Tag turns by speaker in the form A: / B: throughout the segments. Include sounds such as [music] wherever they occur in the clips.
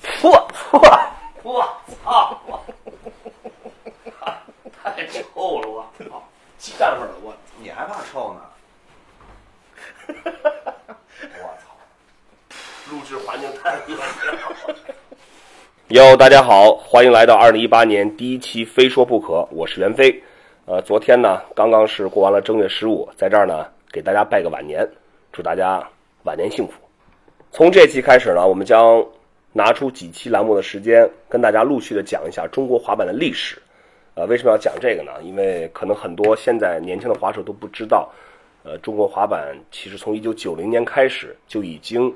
A: 错错，
B: 我操！我太臭了，我操！ [laughs] 鸡蛋味儿，
A: [laughs]
B: 我
C: 你还怕
B: [laughs]
C: 臭呢？我操！
B: 录制环境太恶劣 [laughs] 了。
A: 哟，大家好，欢迎来到二零一八年第一期《非说不可》，我是袁飞。呃，昨天呢，刚刚是过完了正月十五，在这儿呢，给大家拜个晚年，祝大家晚年幸福。从这期开始呢，我们将拿出几期栏目的时间，跟大家陆续的讲一下中国滑板的历史。呃，为什么要讲这个呢？因为可能很多现在年轻的滑手都不知道，呃，中国滑板其实从一九九零年开始就已经，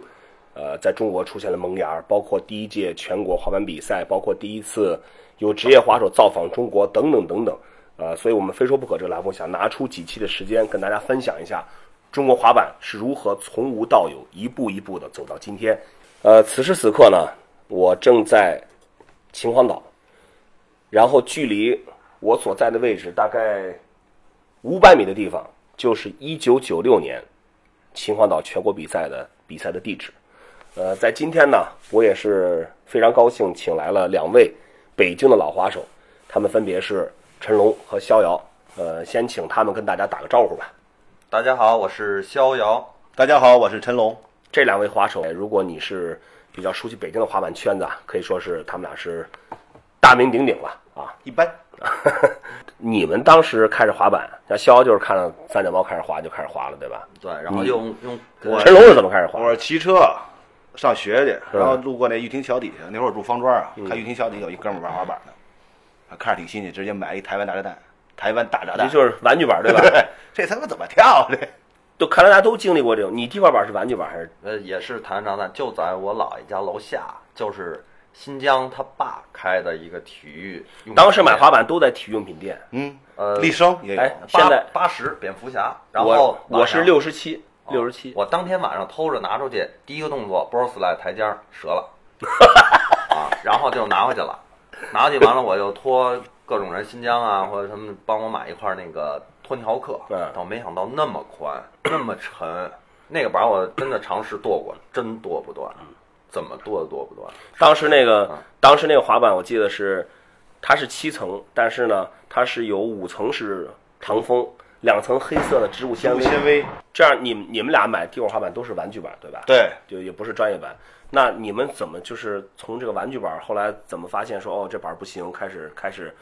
A: 呃，在中国出现了萌芽，包括第一届全国滑板比赛，包括第一次有职业滑手造访中国等等等等。呃，所以我们非说不可这个栏目想拿出几期的时间跟大家分享一下中国滑板是如何从无到有，一步一步的走到今天。呃，此时此刻呢，我正在秦皇岛，然后距离我所在的位置大概五百米的地方，就是一九九六年秦皇岛全国比赛的比赛的地址。呃，在今天呢，我也是非常高兴，请来了两位北京的老滑手，他们分别是陈龙和逍遥。呃，先请他们跟大家打个招呼吧。
C: 大家好，我是逍遥。
D: 大家好，我是陈龙。
A: 这两位滑手，如果你是比较熟悉北京的滑板圈子啊，可以说是他们俩是大名鼎鼎了啊。
D: 一般
A: 你们当时开始滑板，那逍遥就是看了三脚猫开始滑就开始滑了，对吧？
C: 对，然后用用
D: 我
A: 陈龙是怎么开始滑？
D: 我骑车上学去，
A: 吧
D: 然后路过那玉亭桥底下，那会儿住方庄啊，看玉亭桥底下有一哥们儿玩滑板的，啊看着挺新鲜，直接买一台湾大炸弹，台湾大炸
A: 这
D: 弹，
A: 就是玩具 [laughs] 板对吧？
D: 这他妈怎么跳的？
A: 就看来大家都经历过这种。你地块板是玩具板还是？
C: 呃也是弹长弹，就在我姥爷家楼下，就是新疆他爸开的一个体育用品店。
A: 当时买滑板都在体育用品店。
D: 嗯，
C: 呃
D: 立生也有
A: 哎，
C: 八
A: 现在
C: 八十蝙蝠侠，然后
A: 我我是
C: 晚上哦
A: 六十七，六十七。
C: 我当天晚上偷着拿出去，第一个动作 b o s l 来台阶儿折了，啊，然后就拿回去了，拿回去完了我就托各种人新疆啊或者什么帮我买一块那个托尼豪克
A: 嗯，
C: 但我没想到那么宽，那么沉，那个板我真的尝试剁过，真剁不断，怎么剁都剁不断，
A: 当时那个
C: 嗯
A: 当时那个滑板，我记得是它是七层，但是呢，它是有五层是唐风，两层黑色的植物纤
D: 纤
A: 维。
D: 纤维，
A: 这样你们你们俩买地块滑板都是玩具板对吧？
D: 对，
A: 就也不是专业版。那你们怎么就是从这个玩具板儿后来怎么发现说哦这板儿不行，开始开始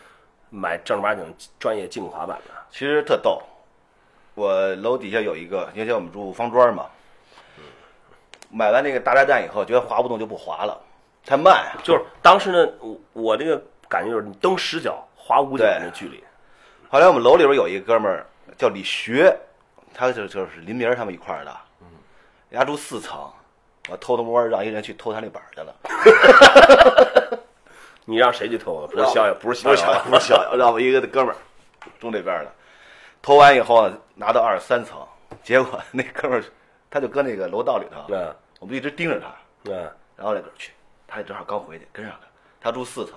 A: 买正儿八经专业进口滑板了？
D: 其实特逗。我楼底下有一个，原先我们住方庄嘛，嗯买完那个大炸弹以后，觉得滑不动就不滑了，太慢啊。
A: 就是当时呢，我我这个感觉就是你蹬十脚滑五脚
D: 对
A: 那距离，
D: 后来我们楼里边有一哥们儿叫李学，他就就是林明儿他们一块儿的，嗯，人家住四层，我偷偷摸摸让一人去偷他那板儿去了，
A: 你让谁去偷啊？不是逍遥，不是逍
D: 不是小
A: 遥，
D: 不是小姚，让我一个哥们儿住那边儿的，偷完以后呢拿到二十三层，结果那哥们儿他就搁那个楼道里头，啊
A: 嗯
D: 我们就一直盯着他，
A: 嗯，
D: 然后那个去，他正好刚回去跟上他，他住四层，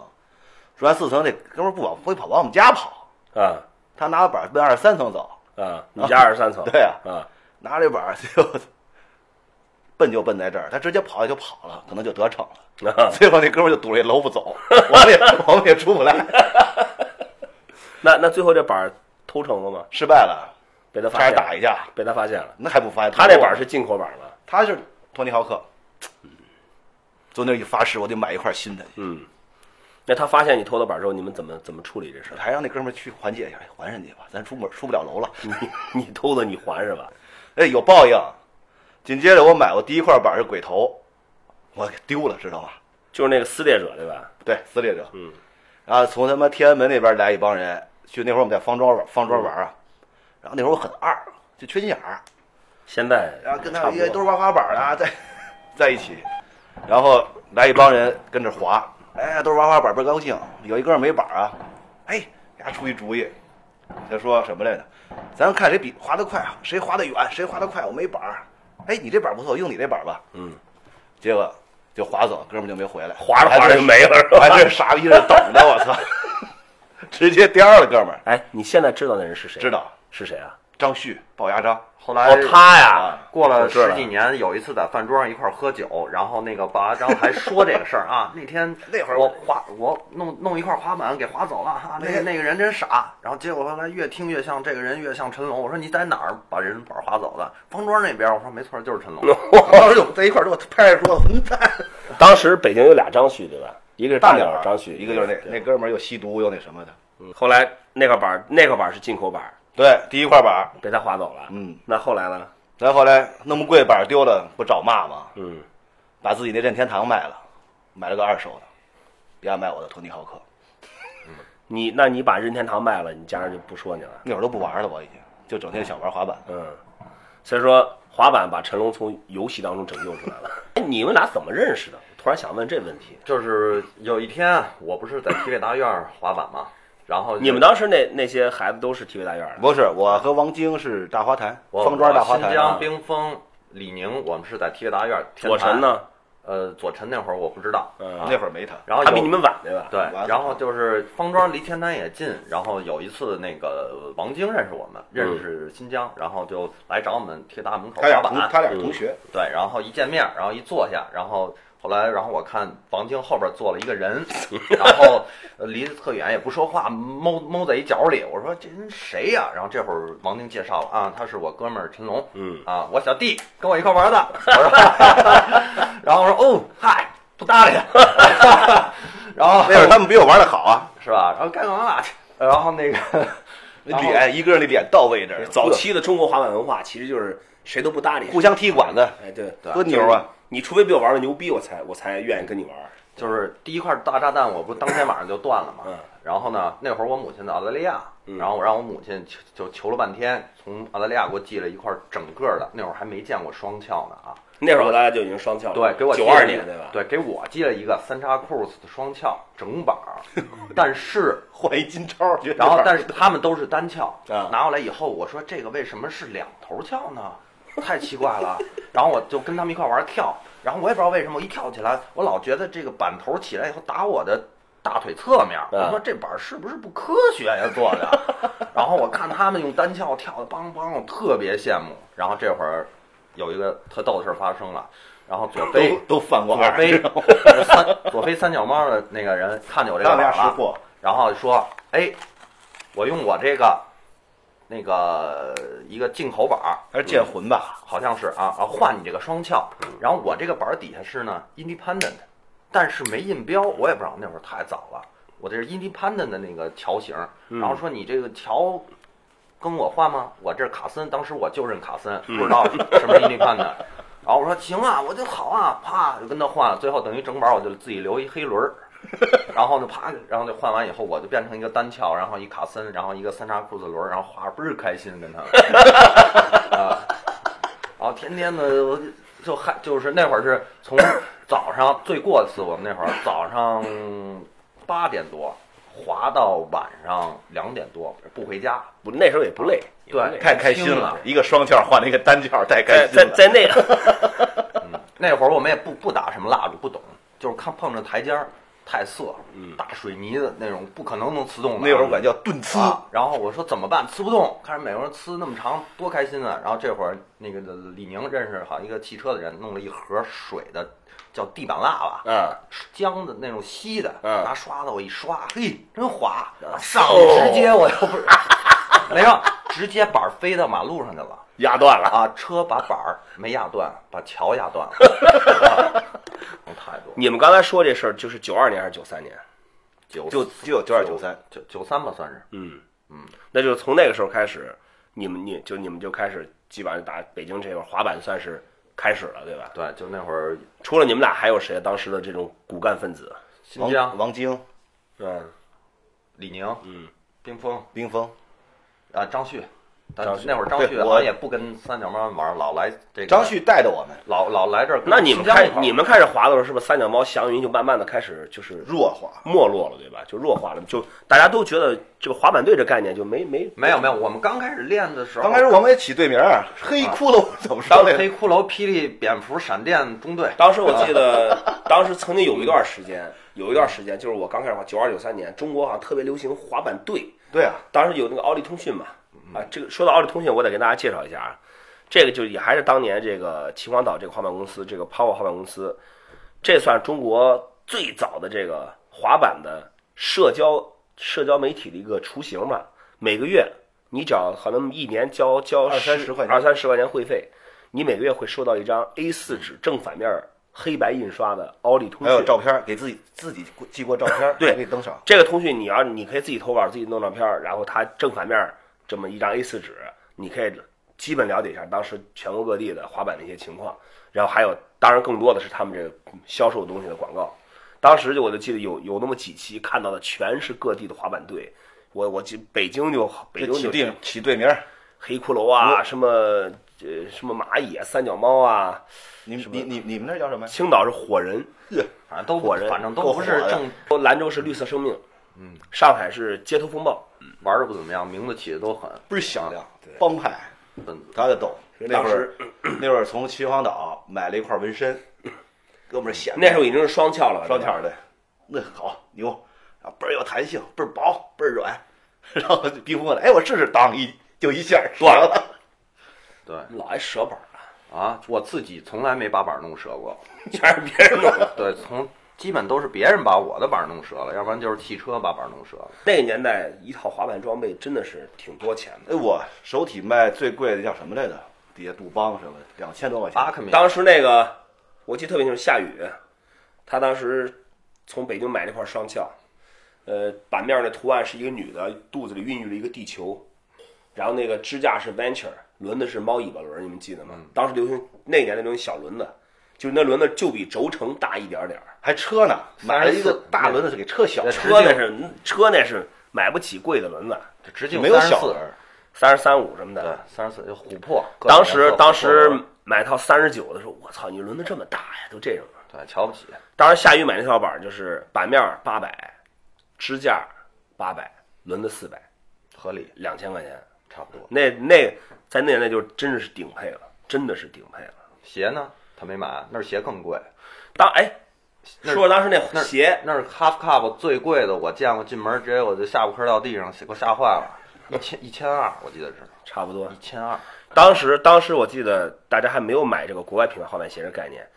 D: 住完四层那哥们儿不往不会跑，往我们家跑，
A: 啊
D: 他拿着板儿奔二十三层走，
A: 啊，你家二十三层，
D: [laughs] 对啊
A: 啊，
D: 拿着板儿就 [laughs] 奔就奔在这儿，他直接跑就跑了，可能就得逞
A: 啊
D: 了。 [laughs] 最后那哥们儿就堵这楼不走，我们也 [laughs] 我们也出不来，
A: 那那最后这板儿偷成了吗？
D: 失败了，
A: 被他发
D: 差
A: 现
D: 点
A: 了
D: 打一架，
A: 被他发现了。
D: 那还不发现
A: 他那板儿是进口板儿吗？
D: 他是托尼豪克，昨天一发誓我得买一块新的，
A: 嗯，那他发现你偷了板儿之后，你们怎么怎么处理这事儿？ [laughs]
D: 还让那哥们儿去缓解一下，还人家吧，咱出门出不了楼了，
A: 你你偷的你还是吧？
D: 哎，有报应。紧接着我买我第一块板儿是鬼头，我给丢了，知道吗？
A: 就是那个撕裂者对吧？
D: 对，撕裂者。嗯，然后从他妈天安门那边来一帮人，去那会儿我们在方庄玩，方庄玩啊。然后那会儿我很二，就缺心眼儿，
A: 现在
D: 然后跟
A: 差
D: 他
A: 不
D: 也都
A: 多
D: 是玩滑板的啊，在在一起，然后来一帮人跟着滑，哎，都是玩滑板倍儿高兴。有一哥们儿没板啊，哎，给他出一主意，他说什么来着？咱看谁比滑得快，啊谁滑得远，谁滑得快。我没板儿，哎，你这板儿不错，用你这板儿吧。嗯，结果就滑走，哥们儿就没回来，
A: 划着划着就没了是吧
D: 我还真是傻逼着等着， [laughs] 我操，直接颠儿了，哥们儿。
A: 哎，你现在知道那人是谁？
D: 知道
A: 是谁啊？
D: 张旭龅牙张，
C: 后来
A: 哦，他呀
D: 啊，
C: 过了
A: 是
C: 十几年，有一次在饭桌上一块儿喝酒，然后那个鲍家章还说这个事儿啊。那天
D: 那会儿
C: 我滑我弄弄一块滑板给滑走了哈、那个那个人真傻。然后结果后来越听越像这个人，越像成龙。我说你在哪儿把人板滑走的？方庄那边。我说没错，就是成龙。
D: 当时就在一块儿，就拍着桌子嗯混蛋。
A: 当时北京有俩张旭，对吧？一个是
D: 大
A: 脸
D: 点
A: 儿
D: 儿
A: 张旭，
D: 一个就是那那
A: 对
D: 哥们儿又吸毒又那什么的。
A: 嗯后来那块板儿那块板儿是进口板儿，
D: 对，第一块板儿，
A: 被他划走了。
D: 嗯，
A: 那后来呢？
D: 然后后来那么贵板儿丢了，不找骂吗？
A: 嗯，
D: 把自己那任天堂卖了，买了个二手的，别爱卖我的托尼浩克。
A: 你那你把任天堂卖了，你家人就不说你了。
D: 那会儿都不玩了，我已经就整天想玩滑板。
A: 嗯，所以说滑板把成龙从游戏当中拯救出来了。 [laughs] 哎你们俩怎么认识的？我突然想问这问题。
C: 就是有一天，我不是在体委大院儿滑板嘛，然后
A: 你们
C: 的
A: 当时那那些孩子都是体育大院的，
D: 不是，我和王晶是大花坛，方
C: 庄
D: 庄大花
C: 新
D: 坛
C: 疆
D: 啊。
C: 冰峰、李宁，我们是在体委大院儿。天
A: 左
C: 坛
A: 晨？呢？
C: 呃，左晨那会儿我不知道。
A: 嗯，
D: 那会儿没他，
C: 然后
A: 他比
C: 有
A: 你们晚对吧？
C: 对
D: 啊完了，
C: 然后就是方庄离天坛也近，然后有一次那个呃王晶认识我们，认
D: 嗯
C: 识新疆，然后就来找我们铁大门口
D: 他
C: 滑
D: 俩同他
C: 板，嗯
D: 俩是同学，
C: 对，然后一见面，然后一坐下，然后后来，然后我看王晶后边坐了一个
D: [laughs]
C: 人，然后呃离得特远也不说话，猫猫在一角里，我说这人谁呀、然后这会儿王晶介绍了啊，他是我哥们儿陈龙，
A: 嗯
C: 啊，我小弟跟我一块玩的。 [laughs] 我说然后我说哦，嗨，不搭理他。 [laughs] 然后
D: 那会儿他们比我玩的好啊，
C: 是吧？然后干嘛了？ [laughs] 然后那个 [laughs]
D: 那脸一个那脸到位着，
A: 早期的中国滑板文化其实就是谁都不搭理谁，
D: 互相踢馆子，
A: 哎对
C: 对
D: 多牛啊！
A: 你除非比我玩的牛逼，我才我才愿意跟你玩。
C: 就是第一块大炸弹，我不当天晚上就断了嘛。
A: 嗯
C: 然后呢，那会儿我母亲在澳大利亚，
A: 嗯
C: 然后我让我母亲求就求了半天，从澳大利亚给我寄了一块整个的，那会儿还没见过双翘呢啊。
A: 那会儿大家就已经双翘了，
C: 对，给我
A: 哦九二
C: 寄了一
A: 年
C: 个
A: 对吧？
C: 对，给我寄了一个三叉 cruise 的双翘整板儿，
A: [laughs]
C: 但是
D: 换一金超， [laughs] 觉得
C: 然后
D: 这玩意儿
C: 但是他们都是单翘，
A: 啊
C: 拿过来以后，我说这个为什么是两头翘呢？太奇怪了。 [laughs] 然后我就跟他们一块玩跳，然后我也不知道为什么，我一跳起来，我老觉得这个板头起来以后打我的大腿侧面，
D: 啊
C: 我说这板是不是不科学呀做的？ [laughs] 然后我看他们用单翘跳的梆梆，我特别羡慕。然后这会儿有一个特逗的事儿发生了，然后左飞
D: 都 [laughs] 都犯过
C: 左
D: 二，
C: 飞
D: 知道吗
C: 三左飞三脚猫的那个人看见我这
D: 他
C: 个
D: 们俩
C: 板
D: 识
C: 了，
D: 货，
C: 然后说，哎，我用我这个那个一个进口板儿，
D: 还是剑魂吧？
C: 好像是啊，啊换你这个双翘，然后我这个板儿底下是呢 independent，但是没印标，我也不知道那会儿太早了，我这是 independent 的那个桥型，然后说你这个桥。跟我换吗？我这是卡森，当时我就认卡森，不知道什么是 independent。然后我说行啊，我就好啊，啪就跟他换了，最后等于整板我就自己留一黑轮儿，然后呢，啪，然后就换完以后，我就变成一个单翘，然后一卡森，然后一个三叉裤子轮儿，然后滑倍儿开心跟他们，啊，然后天天的我就就还就是那会儿是从早上最过一次，我们那会儿早上八点多滑到晚上两点多不回家，
A: 不，那时候也不累，也不
C: 对
A: 累
D: 太开心
C: 轻
D: 了
C: 了，
D: 一个双翘换了一个单翘，太
A: 在
D: 开
A: 嗯
D: 心
A: 在
D: 了。
A: 在那个，
C: 嗯那会儿我们也不不打什么蜡烛，不懂，就是看碰着台阶儿太涩，大水泥的那种，不可能能磁动的。
D: 嗯那会儿我嗯管叫钝刺，
C: 啊，然后我说怎么办？呲不动，看着美国人呲那么长，多开心啊！然后这会儿那个李宁认识好像一个汽车的人，弄了一盒水的，叫地板蜡吧，
A: 嗯，
C: 浆的那种稀的，
A: 嗯啊
C: 拿刷子我一刷，嘿，真滑，上去直接我又不是 [laughs] 没有，直接板儿飞到马路上去了
A: 压断了。
C: 啊！车把板儿没压断，把桥压断了， [laughs] 啊太多，
A: 你们刚才说这事儿就是九二年还是九三年？
C: 九
D: 就就九二九三，
C: 九九三吧，算是
A: 嗯嗯，那就是从那个时候开始，你们你就你们就开始基本上打北京这边滑板算是开始了，对吧？
C: 对，就那会儿
A: 除了你们俩，还有谁当时的这种骨干分子？
C: 新
D: 王
C: 疆
D: 王晶、
A: 嗯，
C: 李宁，嗯，冰峰。
D: 冰峰，
C: 啊，张旭，但
A: 张旭
C: 那会儿张
D: 对
C: 旭
D: 我
C: 好像也不跟三角猫玩，老来这个
D: 张旭带着我们
C: 老老来这儿跟
A: 那你们
C: 新疆
A: 开
C: 一块儿
A: 你们开始滑的时候，是不是三脚猫、祥云就慢慢的开始就是
D: 弱化，
A: 没落了，对吧？就弱化了，就大家都觉得这个滑板队这概念就没没
C: 没有没有，我们刚开始练的时候，
D: 刚开始我们也起队名儿，啊黑
A: 啊
D: 骷髅怎么说
C: 当
D: 来着？
C: 黑骷髅、霹雳、蝙蝠、闪电中队，
A: 当时我记得， [laughs] 当时曾经有一段时间，有一段时间就是我刚开始滑，九二九三年，中国好像特别流行滑板队。
D: 对啊，
A: 当时有那个奥利通讯嘛，啊，这个说到奥利通信，我得跟大家介绍一下啊，这个就也还是当年这个秦皇岛这个滑板公司，这个 Power 滑板公司，这算中国最早的这个滑板的社交社交媒体的一个雏形吧。每个月你只要可能一年交交
D: 二三十块钱
A: 二三十块钱会费，你每个月会收到一张 A 四纸正反面黑白印刷的奥利通
D: 还有
A: 讯。
D: 照片儿，给自己自己寄过照片儿，
A: 对
D: 给登上。
A: 这个通讯你要你可以自己投稿，自己弄照片儿，然后它正反面儿这么一张 A 4纸，你可以基本了解一下当时全国各地的滑板的一些情况，然后还有当然更多的是他们这个销售东西的广告。当时就我就记得有有那么几期看到的全是各地的滑板队，我我记北京就北京
D: 这起
A: 就
D: 队起队名儿，
A: 黑骷髅啊，什么呃什么蚂蚁啊，三脚猫啊，
D: 你你你你们那儿叫什么呀？
A: 青岛是火人，
C: 反正都
A: 火人
C: 反正
D: 够
C: 都不
D: 火
C: 是
D: 的
C: 正
A: 兰州是绿色生命，嗯，上海是街头风暴，
C: 玩的不怎么样，名字起的都狠。
D: 倍儿响亮，帮派，
C: 嗯
D: 他的逗。那
A: 当
D: 会儿
A: 时
D: 那会儿从秦皇岛买了一块纹身，
A: [clears throat]
D: 哥们儿显摆
A: 那时候已经是双翘了吧，
D: 双翘的，那好牛啊，倍儿有弹性，倍儿薄，倍儿软。 [laughs] 然后就逼疯了，哎，我试试，当一就一下儿断了。
C: 对
A: 老爱舍本儿 [laughs] 啊，
C: 啊，我自己从来没把板弄折过。
A: 全是别人弄的。
C: 对，从基本都是别人把我的板弄折了，要不然就是汽车把板弄折了。
A: 那个年代，一套滑板装备真的是挺多钱的。
D: 哎，我手体卖最贵的叫什么来着？底下杜邦什么的，两千多块钱。
C: 阿克米
A: 当时那个我记得特别清楚，夏雨，他当时从北京买了一块双翘，呃，版面的图案是一个女的肚子里孕育了一个地球，然后那个支架是 Venture，轮子是猫尾巴轮，你们记得吗？
C: 嗯
A: 当时流行那年代流行小轮子，就是那轮子就比轴承大一点点儿，
D: 还车呢，买了一个
C: 34
D: 大轮子是给车小
C: 那
D: 车，
C: 直
A: 车
C: 径
A: 那是嗯车那是买不起贵的轮子，
C: 直径
D: 没有
C: 三十
D: 小
C: 四
D: 人，儿
A: 三十三五什么的。
C: 对，三十四就琥珀。各种
A: 当
C: 颜
A: 时
C: 色
A: 当
C: 琥
A: 时
C: 珀
A: 买套三十九的时候，我操，你轮子这么大呀，都这种。
C: 对瞧不起，
A: 当时夏雨买那套板儿就是板面八百，支架八百，轮子四百，
C: 合理
A: 两千块钱。
C: 差不多。
A: 那那在那年代就真的是顶配了，真的是顶配了。
C: 鞋呢，他没买，那儿鞋更贵。
A: 当哎，
C: 那
A: 说说当时
C: 那
A: 那
C: 儿
A: 鞋，
C: 那是 half cup 最贵的，我见过，进门直接我就下巴颏儿到地上，给我吓坏了。一千一千二，我记得是
A: 差不多
C: 一。千二，
A: 当时当时我记得大家还没有买这个国外品牌滑板鞋的概念，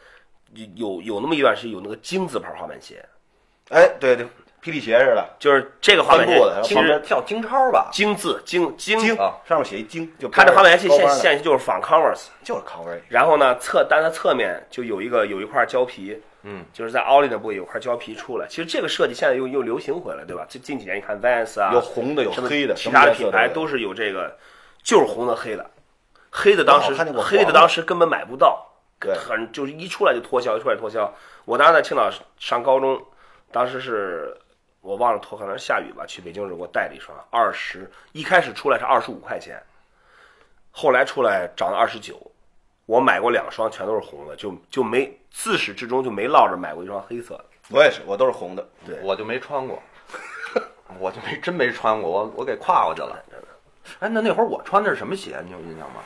A: 有有有那么一段时间有那个金字牌滑板鞋，
D: 哎，对对，霹雳鞋似的，
A: 就是这个滑板鞋
D: 帆布的然后
A: 其
D: 旁边
A: 实
C: 叫京超吧？
A: 金字金金
D: 京
C: 啊
D: 上面写一京，就
A: 它这滑板鞋
D: 高
A: 现
D: 帮的
A: 现就是仿 Converse，
D: 就是康威，
A: 然后呢侧，但它侧面就有一个有一块胶皮，
C: 嗯，
A: 就是在奥利那部分有块胶皮出来。其实这个设计现在又又流行回来，对吧？最近几年你看 Vans 啊，
D: 有红的有
A: 什么
D: 黑的，
A: 其他
D: 什
A: 的
D: 么颜色
A: 品牌
D: 有
A: 都是有这个，就是红的黑的，黑的当时
D: 我看见过
A: 黑的
D: 黄的
A: 当时根本买不到，
D: 对
A: 很就是一出来就脱销，一出来就脱销。我当时在青岛上高中，当时是我忘了脱，可能是下雨吧，去北京时候给我带了一双二十，一开始出来是二十五块钱，后来出来涨到二十九。我买过两双，全都是红的，就就没自始至终就没落着买过一双黑色的。
D: 我也是，我都是红的。
A: 对
C: 我就没穿过， [laughs] 我就没真没穿过，我我给跨过去了。哎，那那会儿我穿的是什么鞋？你有印象吗？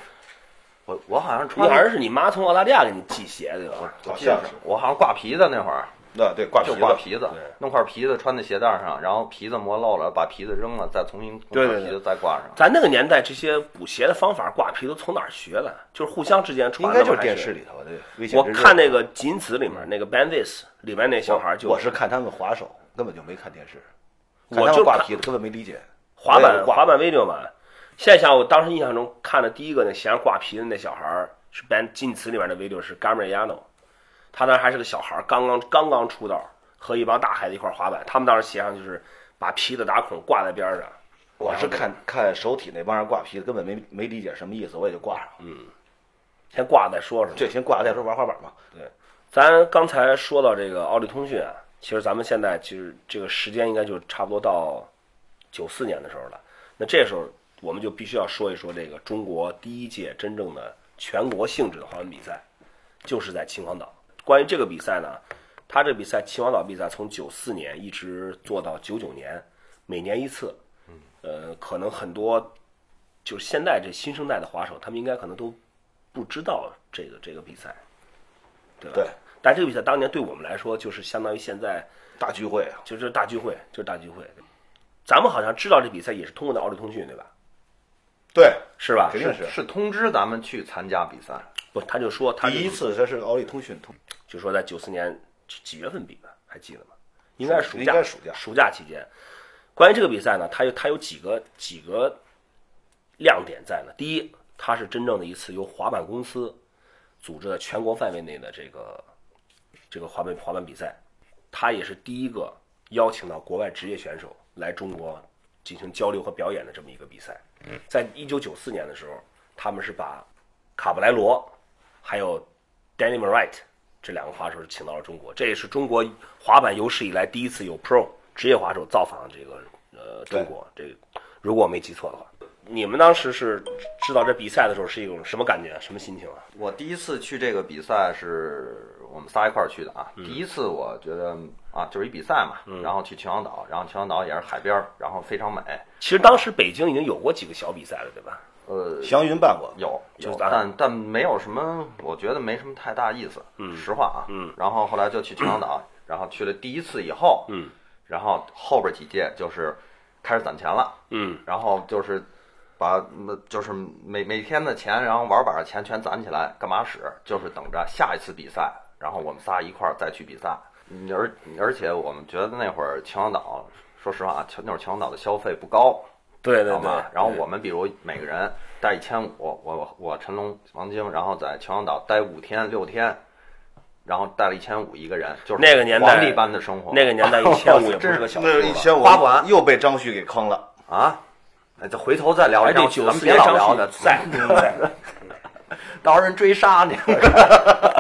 C: 我我好像
A: 你
C: 穿
A: 好像是你妈从澳大利亚给你寄鞋对吧？
C: 我记得是我好像挂皮子那会儿，
D: 那对挂皮
C: 就
D: 子，
C: 挂皮子
A: 对，
C: 弄块皮子穿在鞋带上，然后皮子磨漏了，把皮子扔了，再重新
A: 对对
C: 弄块
A: 对
C: 皮子再挂上。
A: 咱那个年代，这些补鞋的方法、挂皮都从哪儿学的？就是互相之间传
D: 应
A: 的
D: 该
A: 吧。
D: 就是电
A: 还
D: 视里头的。危险
A: 我
D: 之日
A: 看那个《仅此》里面那个 Bandits 里面那小孩就
D: 我是看他们滑手，根本就没看电视，
A: 我
D: 看他
A: 就
D: 们挂
A: 看
D: 皮子根本没理解。
A: 滑
D: 我也
A: 板
D: 挂
A: 滑板 video 嘛。现在想我当时印象中看的第一个那鞋上挂皮的那小孩儿是 Band《仅此》里面的 video 是 Gamariano，他当时还是个小孩儿，刚刚刚刚出道，和一帮大孩子一块儿滑板，他们当时鞋上就是把皮的打孔挂在边儿上。
D: 我是看看手体那帮人挂皮子，根本没没理解什么意思，我也就挂上了。
A: 嗯先挂再说说。
D: 这先挂了再说玩滑板嘛。
A: 咱刚才说到这个奥利通讯啊，其实咱们现在其实这个时间应该就差不多到九四年的时候了。那这时候我们就必须要说一说这个中国第一届真正的全国性质的滑板比赛，就是在秦皇岛。关于这个比赛呢，它这个比赛秦皇岛比赛从九四年一直做到九九年，每年一次。呃，可能很多就是现在这新生代的滑手，他们应该可能都不知道这个这个比赛，对吧？
D: 对。
A: 但这个比赛当年对我们来说，就是相当于现在
D: 大聚会啊，
A: 就是大聚会，就是大聚会。咱们好像知道这比赛也是通过的奥利通讯，对吧？
D: 对，
A: 是吧？
D: 肯定是。
C: 是通知咱们去参加比赛，
A: 不，他就说他就
D: 第一次他是奥利通讯通，
A: 就说在九四年几几月份比的，还记得吗？应该是暑假，
D: 应该是暑假
A: 暑假期间。关于这个比赛呢，它有它有几个几个亮点在呢。第一，它是真正的一次由滑板公司组织的全国范围内的这个这个滑板滑板比赛，它也是第一个邀请到国外职业选手来中国进行交流和表演的这么一个比赛。在一九九四年的时候，他们是把卡布莱罗还有 Danny m a r i t 这两个滑手是请到了中国，这也是中国滑板有史以来第一次有 Pro 职业滑手造访这个呃中国。这个如果我没记错的话，你们当时是知道这比赛的时候是一种什么感觉，什么心情啊？
C: 我第一次去这个比赛是我们仨一块儿去的啊。第一次我觉得啊，就是一比赛嘛，然后去秦皇岛，然后秦皇岛也是海边儿，然后非常美。
A: 其实当时北京已经有过几个小比赛了，对吧？
C: 呃，
D: 祥云办过，
C: 有
A: 就
C: 有，
A: 咱
C: 但但没有什么，我觉得没什么太大意思。嗯，实话啊。
A: 嗯。
C: 然后后来就去秦皇岛，然后去了第一次以后，
A: 嗯，
C: 然后后边几届就是开始攒钱了，
A: 嗯，
C: 然后就是把那就是每每天的钱，然后玩板的钱全攒起来，干嘛使？就是等着下一次比赛，然后我们仨一块儿再去比赛。嗯而而且我们觉得那会儿秦皇岛，说实话啊，秦那会儿秦皇岛的消费不高，
A: 对对
C: 好
A: 对
C: 吗？。然后我们比如每个人带一千五，我我我陈龙、王晶，然后在秦皇岛待五天六天，然后带了一千五一个人，就是
A: 那个年代
C: 皇帝般的生活。
A: [laughs] 那个年代一千五也不是个小数
D: [laughs] 那一
A: 了。
D: 千五
C: 花环
D: 又被张旭给坑了。
C: 啊，那就回头再聊
A: 哎，
C: 这
A: 这
C: 张，
A: 九
C: 咱
A: 四
C: 们别
A: 年
C: 老
A: 张
C: 聊
A: 旭
C: 了，
A: 在，对不对？
C: 到时候人追杀你。 [laughs]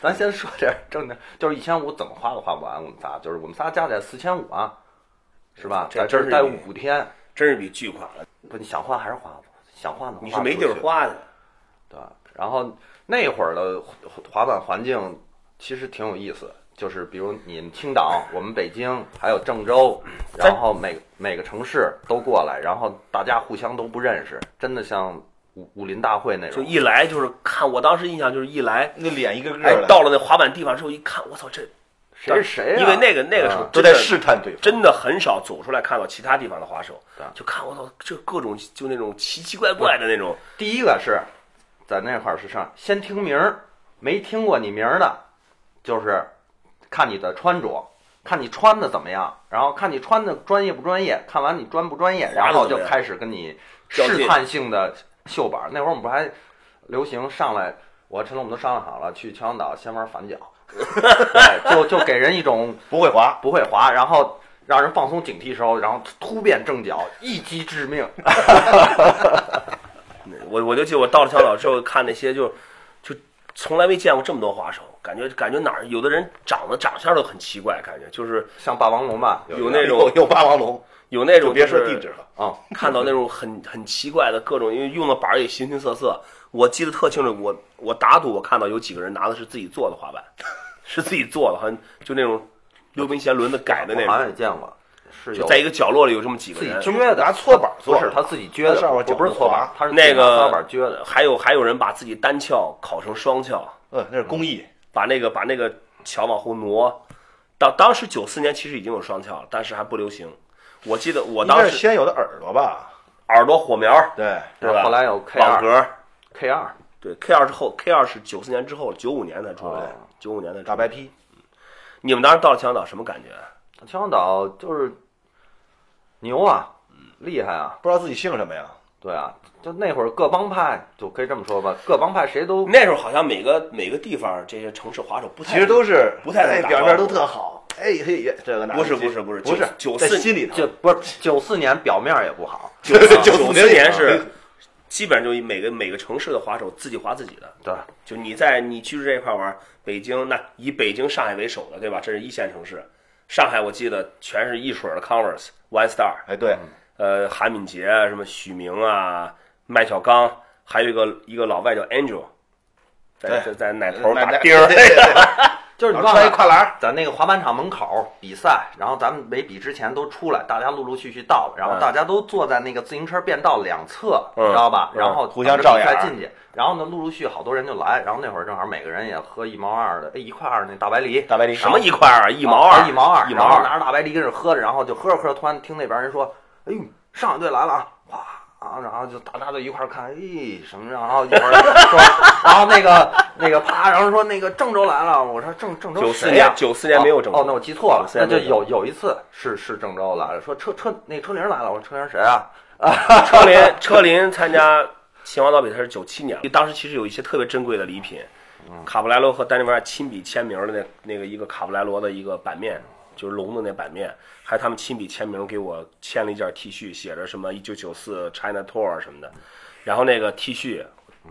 C: 咱先说点正经，就是一千五怎么花都花不完，我们仨就是我们仨加起来四千五啊，是吧？
A: 这
C: 在这
A: 真
C: 儿
A: 是
C: 待
A: 你
C: 五天，
A: [laughs] 真是笔巨款了，
C: 不，你想换还是花吧，想换的
A: 你是没地儿
C: 花。
A: 花的。
C: 对，然后那会儿的滑板环境其实挺有意思，就是比如你们青岛，我们北京，还有郑州，然后每每个城市都过来，然后大家互相都不认识，真的像武武林大会那
A: 就
C: 种。
A: 一来就是看，我当时印象就是一来，
D: 那脸一个个
A: 哎
D: 的，，
A: 到了那滑板地方之后一看，我操，这
C: 谁是谁、啊？
A: 因为那个那个时候
C: 啊
D: 都在试探对方。
A: 真的很少走出来看到其他地方的滑手
C: 对，
A: 就看我操，这各种就那种奇奇怪怪的那种，
C: 第一个是在那块儿是上先听名儿，没听过你名儿的，就是看你的穿着，看你穿的怎么样，然后看你穿的专业不专业，看完你专不专业，
A: 划得
C: 然后
A: 怎
C: 就
A: 么样
C: 开始跟你
A: 较劲
C: 试探性的秀板儿。那会儿我们不还流行上来，我和陈龙我们都商量好了，去秦皇岛先玩反 [laughs] 脚，对哎就就给人一种
D: 不会滑，
C: 不会滑，然后让人放松警惕时候，然后突变正脚，一击致命。
A: 我我就记得我到了香岛之后看那些就就从来没见过这么多滑手，感觉感觉哪儿有的人长得长相都很奇怪，感觉就是
C: 像霸王龙吧，
A: 有
C: 一个
A: 那种
D: 有有霸王龙，
A: 有那种
D: 就别说
A: 就是
D: 地址了。
C: 啊。 [laughs]
A: 看到那种很很奇怪的各种，因为用的板儿也形形色色。我记得特清楚，我我打赌我看到有几个人拿的是自己做的滑板， [laughs] 是自己做的，好像就那种溜冰鞋轮子改的那
C: 我哦
A: 种，
C: 好像也见过，是有
A: 就在一个呃角落里有这么几个
C: 自己
A: 人。
C: 撅的，
D: 拿搓板做
C: 不
D: 的
C: 是他自己撅的，
D: 他上面
C: 我不是
D: 脚
C: 搓
D: 滑
C: 板，他是
A: 那
C: 自己拿
A: 个
C: 搓板撅的。
A: 还有还有人把自己单翘烤成双翘，
D: 嗯，那是工艺。
A: 把那个把那个桥往后挪。当当时九四年其实已经有双翘了，但是还不流行。我记得我
D: 应该
A: 嗯当
D: 是
A: 时
D: 先有的耳朵吧？
A: 耳朵火苗，
D: 对，
A: 对吧？
C: 后来有 K
A: 网
C: 二
A: 格，
C: ，K 二
A: 对 K 二是后 K 二是九四年之后，九五年才出来
C: 哦，
A: 九五年才出
D: 大
A: 来。
D: 白坯，
A: 你们当时到了香港岛什么感觉？
C: 秦皇岛就是牛啊，厉害啊，
D: 不知道自己姓什么呀？
C: 对啊，就那会儿各帮派就可以这么说吧，各帮派谁都
A: 那时候好像每个每个地方这些城市滑手不太
D: 其
A: [laughs]
D: 实都是
A: 不太能
D: 哎
A: 打
D: 表
A: 招
D: 面
A: 呼
D: 都特好，哎嘿，也这个那
A: 不是
D: 个
A: 不是不是
D: 不是
A: 九
D: 在
A: 九四
D: 心里头
C: 就不是九四年表面也不好，
A: 九四 [laughs] 九
D: 九四
A: 四年
D: 年
A: 是基本上就每个每个城市的滑手自己滑自己的。
C: 对，
A: 就你在你居住这一块玩，北京那以北京、上海为首的，对吧？这是一线城市。上海我记得全是一水儿的 Converse、One Star，
D: 哎对，
A: 呃，韩敏杰啊，什么许明啊，麦小刚，还有一个一个老外叫 Angel，在在
D: 对
A: 在奶头
D: 那
A: 打
D: 那
A: [laughs] 钉儿。
D: 对对对
C: 就是你
D: 然
C: 忘
D: 后穿一
C: 了。
D: 跨栏儿，
C: 在那个滑板场门口比赛，然后咱们没比之前都出来，大家陆陆续续到了，然
D: 嗯
C: 后大家都坐在那个自行车变道两侧，
A: 嗯
C: 你知道吧？
A: 嗯
C: 然后
D: 互相
C: 等着
D: 照
C: 比
D: 眼
C: 赛进去，然后呢，陆陆续好多人就来，然后那会儿正好每个人也喝一毛二的，哎，一块二那大白梨，
D: 大白梨
A: 什么一块二，一毛
C: 啊
A: 二，
C: 一毛二，
A: 一毛
C: 然后
A: 二。
C: 拿着大白梨跟着喝着，然后就喝着喝着，突然听那边人说，哎呦，上一队来了啊，哗啊，啊，然后就大家就一块儿看，咦，什么？然后一会儿说， [laughs] 然后那个那个啪，然后说那个郑州来了，我说郑郑州
A: 94
C: 谁呀？
A: 年94年没有郑州
C: 哦，哦那我记错了，
A: 94
C: 那
A: 年没
C: 就
A: 有
C: 有有一次是是郑州来了，说车车那个车铃来了，我说车铃谁啊？
A: 车林 [laughs] 车林参加秦皇岛比赛是九七年，当时其实有一些特别珍贵的礼品，卡布莱罗和丹尼维尔亲笔签名的那那个一个卡布莱罗的一个版面，就是龙的那版面，还有他们亲笔签名给我签了一件 T 恤，写着什么一九九四 China Tour 什么的，然后那个 T 恤，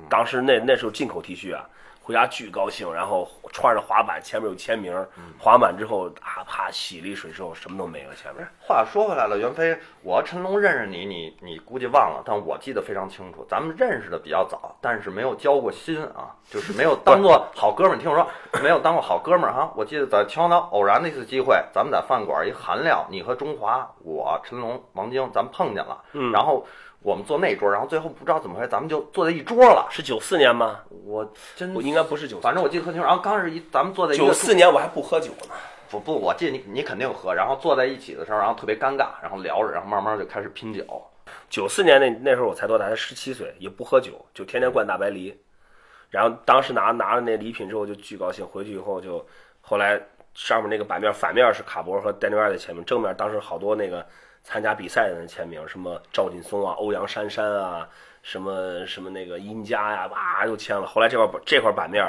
A: 当时那那时候进口 T 恤啊。回家巨高兴，然后穿着滑板，前面有签名，滑满之后啊啪洗了一水之后什么都没了，前面
C: 话说回来了，袁飞，我和陈龙认识你，你你估计忘了，但我记得非常清楚。咱们认识的比较早，但是没有交过心啊，就是没有当做好哥们儿。你听我说，没有当过好哥们儿哈。我记得在秦皇岛偶然的一次机会，咱们在饭馆一韩料，你和中华，我陈龙、王晶，咱们碰见了，然后我们坐那桌，然后最后不知道怎么回事，咱们就坐在一桌了。
A: 是九四年吗？
C: 我真
A: 我应该不是九四，
C: 反正我记得特清楚。然后刚是一咱们坐在一个
A: 九四年我还不喝酒呢。
C: 不不，我记得你你肯定喝，然后坐在一起的时候，然后特别尴尬，然后聊着，然后慢慢就开始拼酒。
A: 九四年那那时候我才多大，才十七岁，也不喝酒，就天天灌大白梨。然后当时拿拿了那礼品之后就巨高兴，回去以后就后来上面那个版面反面是卡博和丹尼尔的签名，正面当时好多那个参加比赛的人签名，什么赵劲松啊、欧阳珊珊啊，什么什么那个殷家呀、哇又签了。后来这块这块版面，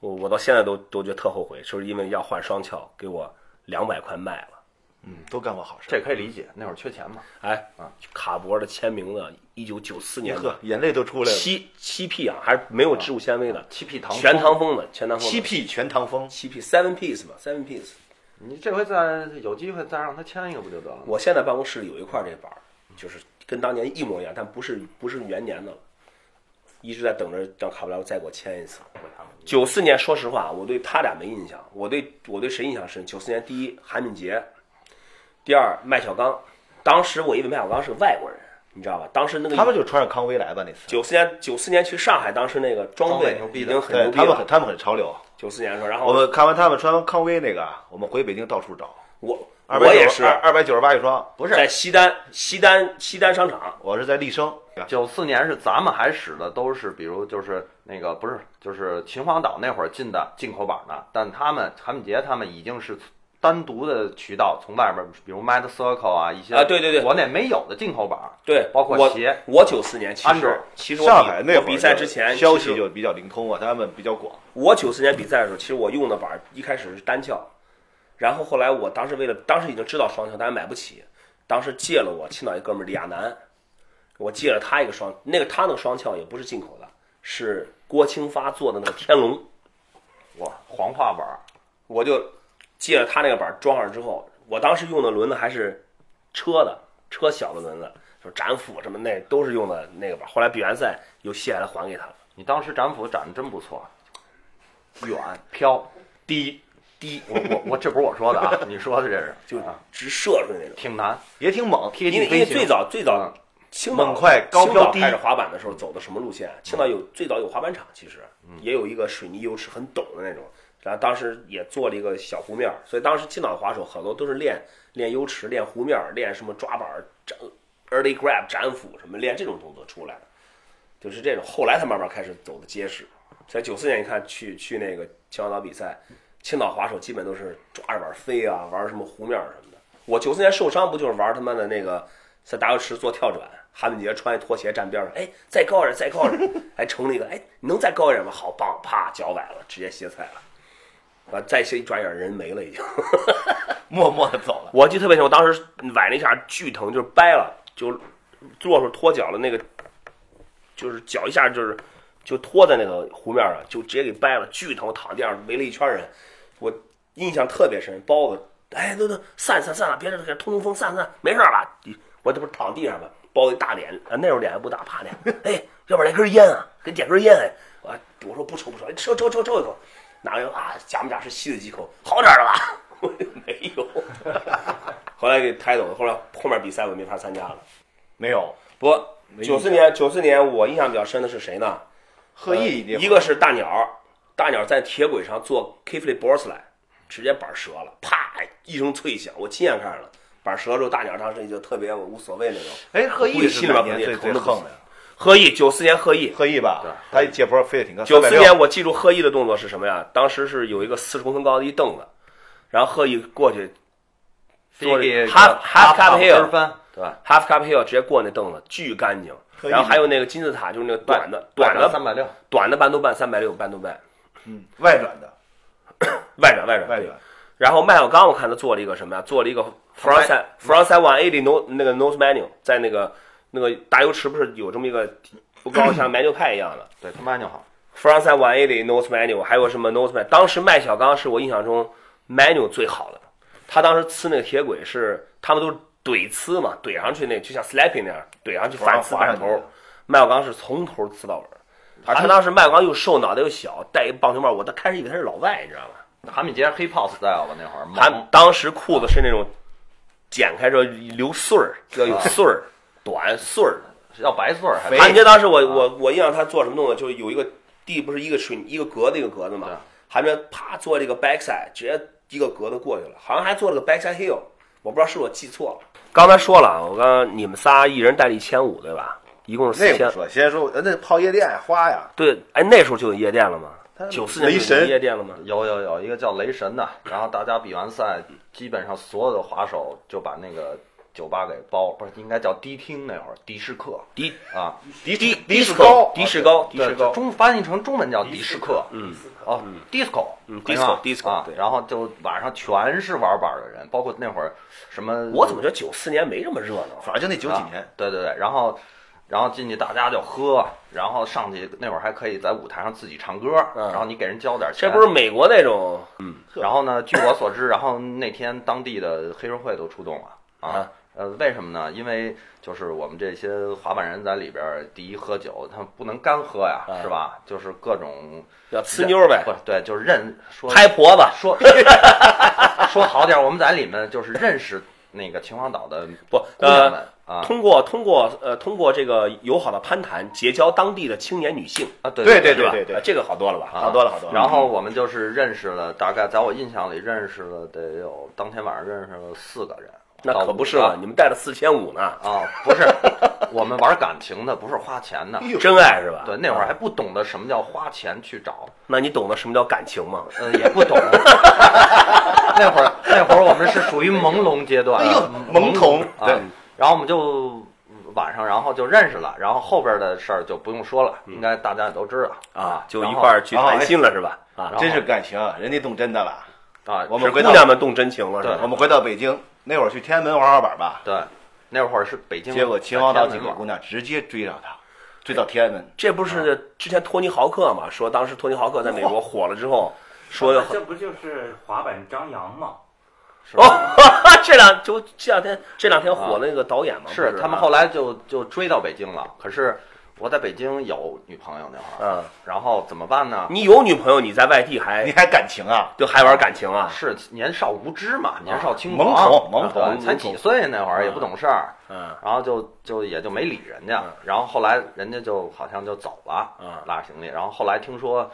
A: 我我到现在都都觉得特后悔，就是因为要换双翘，给我两百块卖了。
D: 嗯， [laughs] 都干过好事。
C: 这可以理解，那会儿缺钱嘛。
A: 哎
C: 啊，
A: 卡博的签名呢，一九九四年的
D: 呵，眼泪都出来了。啊
A: 七七 P 啊，还是没有植物纤维的，
C: 七 P 糖
A: 全糖封的，全糖封的
D: 七 P 全唐风，
A: 七 P seven piece 吧，seven piece。
C: 你这回再有机会再让他签一个不就得了？
A: 我现在办公室里有一块这板儿，就是跟当年一模一样，但不是不是元年的了，一直在等着让卡布莱罗再给我签一次。九四年，说实话，我对他俩没印象，我对我对谁印象深？九四年，第一韩敏杰，第二麦小刚。当时我以为麦小刚是个外国人，你知道吧？当时那个
D: 他们就穿上康威来吧那次。
A: 九四年九四年去上海，当时那个装备
C: 装备牛逼
A: 已
C: 的
A: 经很
D: 对
A: 牛逼
D: 他们很
A: 了。哦
D: 他们很潮流。
A: 九四年的时候，然后
D: 我们看完他们穿完康威那个，啊我们回北京到处找。
A: 我
D: 二
A: 我
D: 百
A: 也是
D: 二二百九十八一双，
C: 不
A: 在
C: 是，
A: 西单西单西单商场，
D: 我是在丽生。
C: 九四年是咱们还使的都是，比如就是那个不是，就是秦皇岛那会儿进的进口版的，但他们韩敏杰他们已经是单独的渠道从外面，比如 Mad Circle 啊一些
A: 啊对对对
C: 国内没有的进口版，
A: 对，
C: 包括
A: 我
C: 鞋
A: 我九四年，其
C: 安卓
A: 实其实我
D: 上
A: 比
D: 海那
A: 我
D: 会儿
A: 比赛
D: 就
A: 之前
D: 消
A: 其实
D: 息就比较灵通啊，他们比较广。
A: 我九四年比赛的时候，其实我用的板儿一开始是单翘，然后后来我当时为了当时已经知道双翘，但是买不起，当时借了我青岛一哥们儿李亚男，我借了他一个双，那个他那个双翘也不是进口的，是郭清发做的那个天龙，
C: 哇，黄化版，
A: 我就借了他那个板儿装上之后，我当时用的轮子还是车的车小的轮子，就是展斧什么那都是用的那个板儿。后来比完赛由西海来还给他了。
C: 你当时展斧展的真不错，远飘低低，我我我这不是我说的
A: [laughs]
C: 啊，你说的这是
A: 就
C: 啊
A: 直射出去那种。
C: 挺难。
D: 也挺猛，
C: 贴
A: 因为
C: 近
A: 因
C: 飞
A: 为
C: 行。
A: 最早最早
C: 嗯
A: 青岛
D: 猛快高
A: 青岛
D: 飘低
A: 开始滑板的时候走的什么路线？啊青岛有最早有滑板场，其实也有一个水泥油池很陡的那种，然后当时也做了一个小湖面儿，所以当时青岛的滑手好多都是练练油池、练湖面儿、练什么抓板儿、展 early grab 斩斧什么练这种动作出来的，就是这种。后来才慢慢开始走的结实。在九四年，你看去去那个秦皇岛比赛，青岛滑手基本都是抓着板飞啊，玩什么湖面儿什么的。我九四年受伤不就是玩他妈的那个在打油池做跳转，韩敏杰穿一拖鞋站边上，哎，再高点儿，再高点儿， [laughs] 还成了一个，哎，你能再高一点吗？好棒，啪，脚崴了，直接歇菜了。啊，再歇一转眼人没了已经。
D: 默默的走了。
A: 我记得特别清，我当时崴了一下，巨疼，就是掰了，就坐时脱脚了，那个就是脚一下就是就拖在那个湖面上，就直接给掰了，巨疼，我躺地上围了一圈人，我印象特别深。包子，哎，那那散散散了，别这这通通风，散散，没事儿吧？我这不是躺地上吗？包子一大脸，啊，那时候脸还不大，趴脸，哎，要不然来根烟啊，给点根烟哎，我我说不抽不抽，哎抽抽抽抽一口，拿个啊假模假式吸了几口，好点儿了吧？ [laughs] 我就没有，后来给抬走了，后来后面比赛我没法参加了。
D: 没有，
A: 不，九四年九四年我印象比较深的是谁呢？
D: 贺毅那会儿
A: 呃一个是大鸟，大鸟在铁轨上做 kickflip b o r s l i 直接板折了，啪一声脆响，我亲眼看着了，板舌头、大鸟唱是就特别我无所谓那种。
D: 哎，贺
A: 我估
D: 毅
A: 计是
D: 是哪
A: 哪
D: 年
A: 年
D: 最
A: 最
D: 最
A: 横
D: 横的？
A: 贺毅九四年贺毅，
D: 贺毅吧，他一接坡飞得挺高，
A: 九四
D: 360
A: 年我记住贺毅的动作是什么呀？当时是有一个四十公分高的一凳子，然后贺毅过去
C: 这
A: 做
C: 个
A: half- half cup
C: 打
A: hill
C: 分儿对吧？
A: half cup hill 直接过那凳子，巨干净。
D: 贺毅
A: 然后还有那个金字塔，就是那个短的短
C: 三
A: 的
C: 百六，
A: 短的半豆半三百六半豆半
D: 嗯，外转的，
A: 外转外转
D: 外转。
A: 然后迈小刚，我看他做了一个什么呀？做了一个 front side front side one eighty no 那个 nose menu，在那个那个大油池不是有这么一个不高像 menu 派一样的
C: 对他妈就好。
A: front side one eighty nose menu，还有什么 nose menu？当时迈小刚是我印象中 menu 最好的，他当时呲那个铁轨是他们都是怼呲嘛，怼上去那就像 slapping 那样怼上去反呲
D: 哦滑
A: 板
D: 上去
A: 头，迈小刚是从头呲到尾儿。而他当时迈小刚又瘦，脑袋又小，戴一棒球帽，我都开始以为他是老外，你知道吗？
C: 韩米杰黑炮 style 吧，那会儿
A: 他
C: 猛，
A: 当时裤子是那种剪开之后留穗儿，要有穗儿，短穗儿。
C: 要白穗儿还
D: 肥
A: 韩杰当时我我我印象他做什么动作，就是有一个地不是一个水泥一个格子一个格子嘛
C: 对，
A: 韩杰啪做这个 backside，直接一个格子过去了，好像还做了个 backside heel，我不知道是我记错了。刚才说了，我刚你们仨一人带了一千五对吧？一共是四
D: 那不
A: 千。
D: 说，先说呃那泡夜店花呀，
A: 对，哎，那时候就有夜店了吗？九四年
D: 雷
A: 就
D: 神
A: 有夜店了吗？
C: 有有有一个叫雷神的，然后大家比完赛，基本上所有的滑手就把那个酒吧给包，不是应该叫迪厅那会儿迪士克
A: 迪
C: 啊，
D: 迪
A: 迪
D: 迪
A: 士
D: 高，
A: 迪士高，迪
C: 对
A: 士高，
C: 中翻译成中文叫迪士克，
A: 嗯，
C: 哦，disco，
A: 嗯
C: 是吧
A: disco，disco，
C: 啊
A: 对，
C: 然后就晚上全是玩板的人，包括那会儿什么，
A: 我怎么觉得九四年没这么热闹？
D: 反正就那九几年
C: 啊，对对对，然后然后进去大家就喝，然后上去那会儿还可以在舞台上自己唱歌，
A: 嗯
C: 然后你给人交点钱，
A: 这不是美国那种
C: 然后呢，据我所知，然后那天当地的黑社会都出动了啊。
A: 啊
C: 呃，为什么呢？因为就是我们这些滑板人在里边儿，第一喝酒，他们不能干喝呀，
A: 啊
C: 是吧？就是各种
A: 要呲妞儿呗
C: 不，，对，就是认说
A: 拍婆子。
C: 说
A: [laughs]
C: [laughs] 说好点儿，我们在里面就是认识那个秦皇岛的
A: 不，
C: 姑娘
A: 呃
C: 们，啊
A: 通过通过呃通过这个友好的攀谈，结交当地的青年女性，
C: 啊，对
D: 对
C: 对
A: 是吧？
D: 对对
A: 呃这个好多了吧？
C: 啊
D: 好多了好多了。
C: 然后我们就是认识了，大概在我印象里认识了得有当天晚上认识了四个人，
A: 那
C: 到
A: 可
C: 五
A: 不是
C: 个
A: 嘛，你们带了四千五呢，
C: 啊，不是，我们玩感情的，不是花钱的
D: 哎。呦
A: 真爱是吧？啊
C: 对，那会儿还不懂得什么叫花钱去找，
A: 那你懂得什么叫感情吗？
D: [laughs]
C: 呃，也不懂。 [laughs] 那会儿那会儿我们是属于朦胧阶段，
D: 哎呦
C: 懵
D: 懵懂
C: 啊
D: 对。
C: 然后我们就晚上，然后就认识了，然后后边的事儿就不用说
D: 嗯
C: 了，应该大家也都知道
A: 啊，就
C: 然
A: 一
C: 后
A: 块儿去谈心了是吧？啊，
C: 然后
D: 真是感情，人家动真的了。
C: 啊，
D: 我
A: 是
D: 们
A: 姑
D: 回到
A: 娘们动真情了是
C: 对
A: 吧？
D: 我们回到北京那会儿去天安门玩滑板吧，
C: 对，那会儿是北京，
D: 结果秦皇岛
C: 在
D: 几
C: 天安
D: 个
C: 门
D: 姑娘直接追上他，追到天安门。
A: 这不
C: 嗯
A: 是之前托尼豪克嘛？说当时托尼豪克在美国火了之后，说要
E: 那啊这不就是滑板张扬吗？
A: 哦， [laughs] 这两就这两天这两天火的那个导演嘛，
C: 啊是
A: 不啊
C: 他们后来就就追到北京了，可是我在北京有女朋友那会儿，
A: 嗯，
C: 然后怎么办呢？
A: 你有女朋友，你在外地还
D: 你还感情啊？
A: 就还玩感情啊？
C: 是年少无知嘛，年少轻
D: 懵
C: 狂，啊
D: 懂懵
C: 对
D: 懂，
C: 才几岁那会儿也不懂事儿，
A: 嗯，
C: 然后就就也就没理人家
A: 嗯，
C: 然后后来人家就好像就走了，
A: 嗯
C: 拉着行李，然后后来听说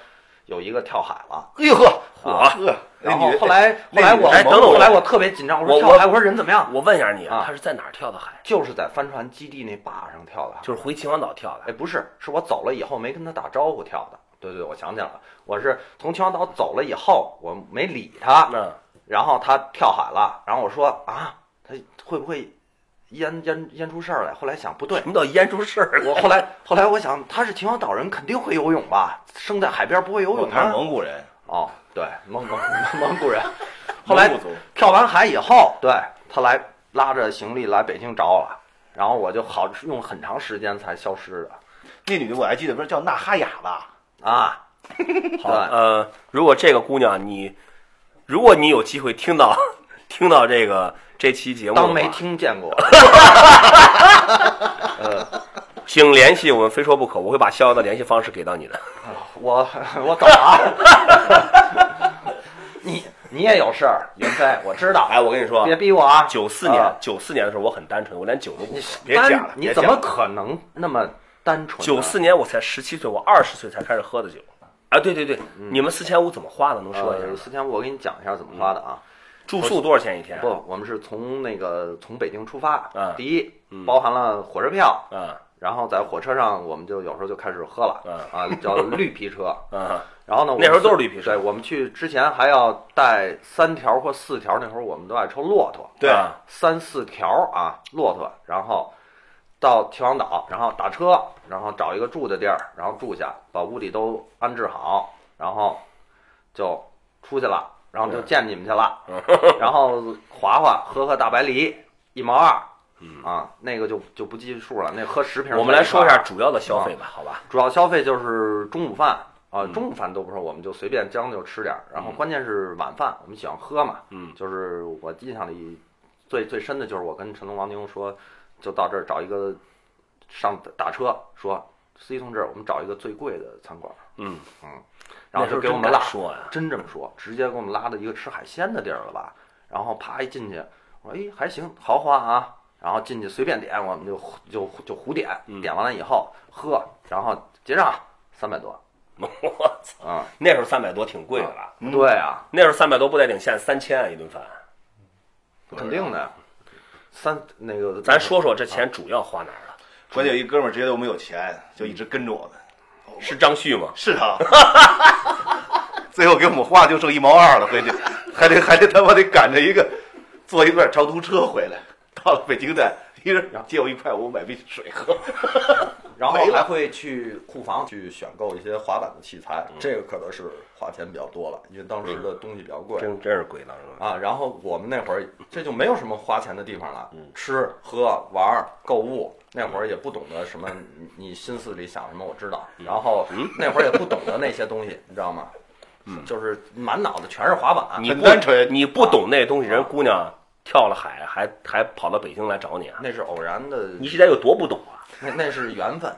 C: 有一个跳海了。
D: 哎呦呵，
C: 啊
D: 呵，那
C: 然后
D: 女
C: 后来，后
D: 那
C: 来
D: 女
C: 我
A: 哎等等
C: 后
A: 我
C: 来我特别紧张，我说
A: 我
C: 跳
A: 我
C: 海，我说人怎么样？
A: 我问一下你，
C: 啊
A: 他是在哪儿跳的海？
C: 就是在帆船基地那坝上跳的，
A: 就是回秦皇岛跳的
C: 哎，不是，是我走了以后没跟他打招呼跳的。对对，我想起来了，我是从秦皇岛走了以后，我没理他，
A: 那
C: 然后他跳海了，然后我说啊，他会不会淹淹淹出事儿来？后来想不对
A: 什，么叫淹出事儿了？
C: 我后来后来我想他是秦皇岛人，肯定会游泳吧？生在海边不会游
D: 我
C: 泳
D: 他是
C: 吗？
D: 蒙古人，
C: 哦，对，蒙蒙蒙蒙
D: [laughs]
C: 古人。后来
D: 蒙古族
C: 跳完海以后，对他来拉着行李来北京找我了，然后我就好用很长时间才消失的。
D: 那女的我还记得，不是叫纳哈雅吧？ [laughs]
C: 啊，好，
A: 呃，如果这个姑娘你，如果你有机会听到 [laughs] 听到这个这期节目的话，
C: 当没听见过，
A: 请联系我们，非说不可，我会把逍遥的联系方式给到你的。
C: [laughs] 我我走了啊。 [laughs] 你你也有事儿，云飞，我知道，
A: 哎，我跟你说
C: 别，逼我啊。
A: 九四年
C: 啊
A: 九四年的时候我很单纯，我连酒都不
C: 你
A: 喝，别
C: 单
A: 假了，
C: 你怎么可能那么单纯呢？
A: 九四年我才十七岁，我二十岁才开始喝的嗯酒。啊，对对对，你们四千五怎么花的？能说一下
C: 呃
A: 吗？
C: 四千五，我给你讲一下怎么花的啊。
A: 住宿多少钱一天
C: 不，我们是从那个从北京出发
A: 啊，
C: 第一包含了火车票，
A: 啊？
C: 然后在火车上我们就有时候就开始喝了
A: 啊
C: 啊，叫绿皮车。
A: 啊啊
C: 然后呢，我
A: 那时候
C: 们
A: 都是绿皮车
C: 对，我们去之前还要带三条或四条，那会儿我们都爱抽骆驼，
D: 对
A: 啊
C: 三四条啊骆驼，然后到秦皇岛，然后打车，然后找一个住的地儿，然后住下，把屋里都安置好，然后就出去了，然后
A: 嗯
C: 就见你们去了，
A: [laughs]
C: 然后划划喝喝大白梨一毛二。啊，那个就就不计数了，那喝十瓶。
A: 嗯我们来说一下主要的消费吧，好吧？
C: 主要消费就是中午饭啊，
A: 嗯
C: 中午饭都不是，我们就随便将就吃点儿。然后关键是晚饭，我们喜欢喝嘛，
A: 嗯
C: 就是我印象里最最深的就是我跟陈龙、王宁说，就到这儿找一个上打车，说司机同志，我们找一个最贵的餐馆，
A: 嗯，
C: 然后
A: 那时
C: 就
A: 候
C: 给我们
A: 真
C: 拉
A: 敢说呀，
C: 真这么说，直接给我们拉到一个吃海鲜的地儿了吧？然后啪一进去，我说哎还行，豪华啊。然后进去随便点，我们就就就胡点，
A: 嗯
C: 点完了以后喝，然后结账三百多
A: [laughs] 我操，
C: 啊、
A: 那时候三百多挺贵的了，
C: 对啊，
A: 那时候三百多不带顶，现在三千啊一顿饭。
C: 肯定的。三那个
A: 咱说说这钱主要花哪儿了？
D: 关键有一哥们儿觉得我们有钱，就一直跟着我们。
A: 是张旭吗？
D: 是他， [laughs] 最后给我们花就剩一毛二了，回去 [laughs] 还得还得他妈得赶着一个坐一段长途车回来，到了北京站，一人借我一块五买杯水喝。
F: 然后
D: 没了
F: 还会去库房去选购一些滑板的器材，这个可能是花钱比较多了，因为当时的东西比较贵。
A: 真真是贵当时。
F: 啊，然后我们那会儿这就没有什么花钱的地方了，吃喝玩儿购物，那会儿也不懂得什么，你你心思里想什么我知道，然后那会儿也不懂得那些东西，你知道吗？就是满脑子全是滑板，啊
A: 你
D: 很
A: 不
D: 单纯
A: 你不懂那东西，人姑娘跳了海，还还跑到北京来找你啊？
F: 那是偶然的，
A: 你这得有多不懂啊？
F: 那那是缘分。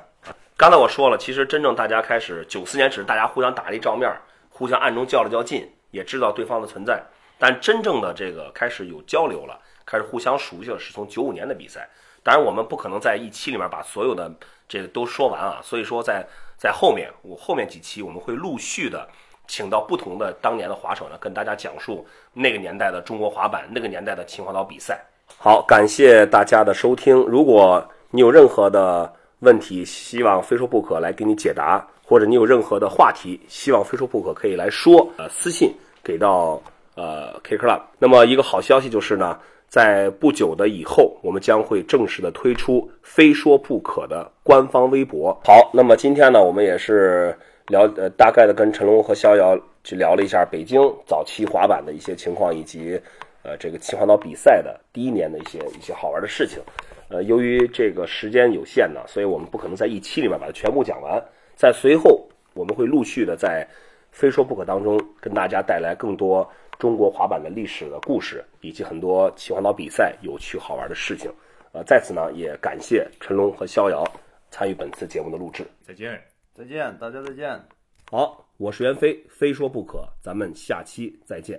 A: 刚才我说了，其实真正大家开始九四年只是大家互相打了一照面，互相暗中较了较劲，也知道对方的存在。但真正的这个开始有交流了，开始互相熟悉了，是从九五年的比赛。当然，我们不可能在一期里面把所有的这个都说完啊，所以说在在后面，我后面几期我们会陆续的请到不同的当年的滑手呢，跟大家讲述那个年代的中国滑板，那个年代的秦皇岛比赛。好，感谢大家的收听。如果你有任何的问题，希望非说不可来给你解答，或者你有任何的话题，希望非说不可可以来说，呃，私信给到呃 K Club。那么一个好消息就是呢，在不久的以后，我们将会正式的推出非说不可的官方微博。好，那么今天呢，我们也是聊呃，大概的跟陈龙和逍遥去聊了一下北京早期滑板的一些情况，以及呃这个秦皇岛比赛的第一年的一些一些好玩的事情。呃，由于这个时间有限呢，所以我们不可能在一期里面把它全部讲完。在随后，我们会陆续的在《非说不可》当中跟大家带来更多中国滑板的历史的故事，以及很多秦皇岛比赛有趣好玩的事情。呃，在此呢，也感谢陈龙和逍遥参与本次节目的录制。
G: 再见。
C: 再见，大家再见。
A: 好，我是袁飞，非说不可，咱们下期再见。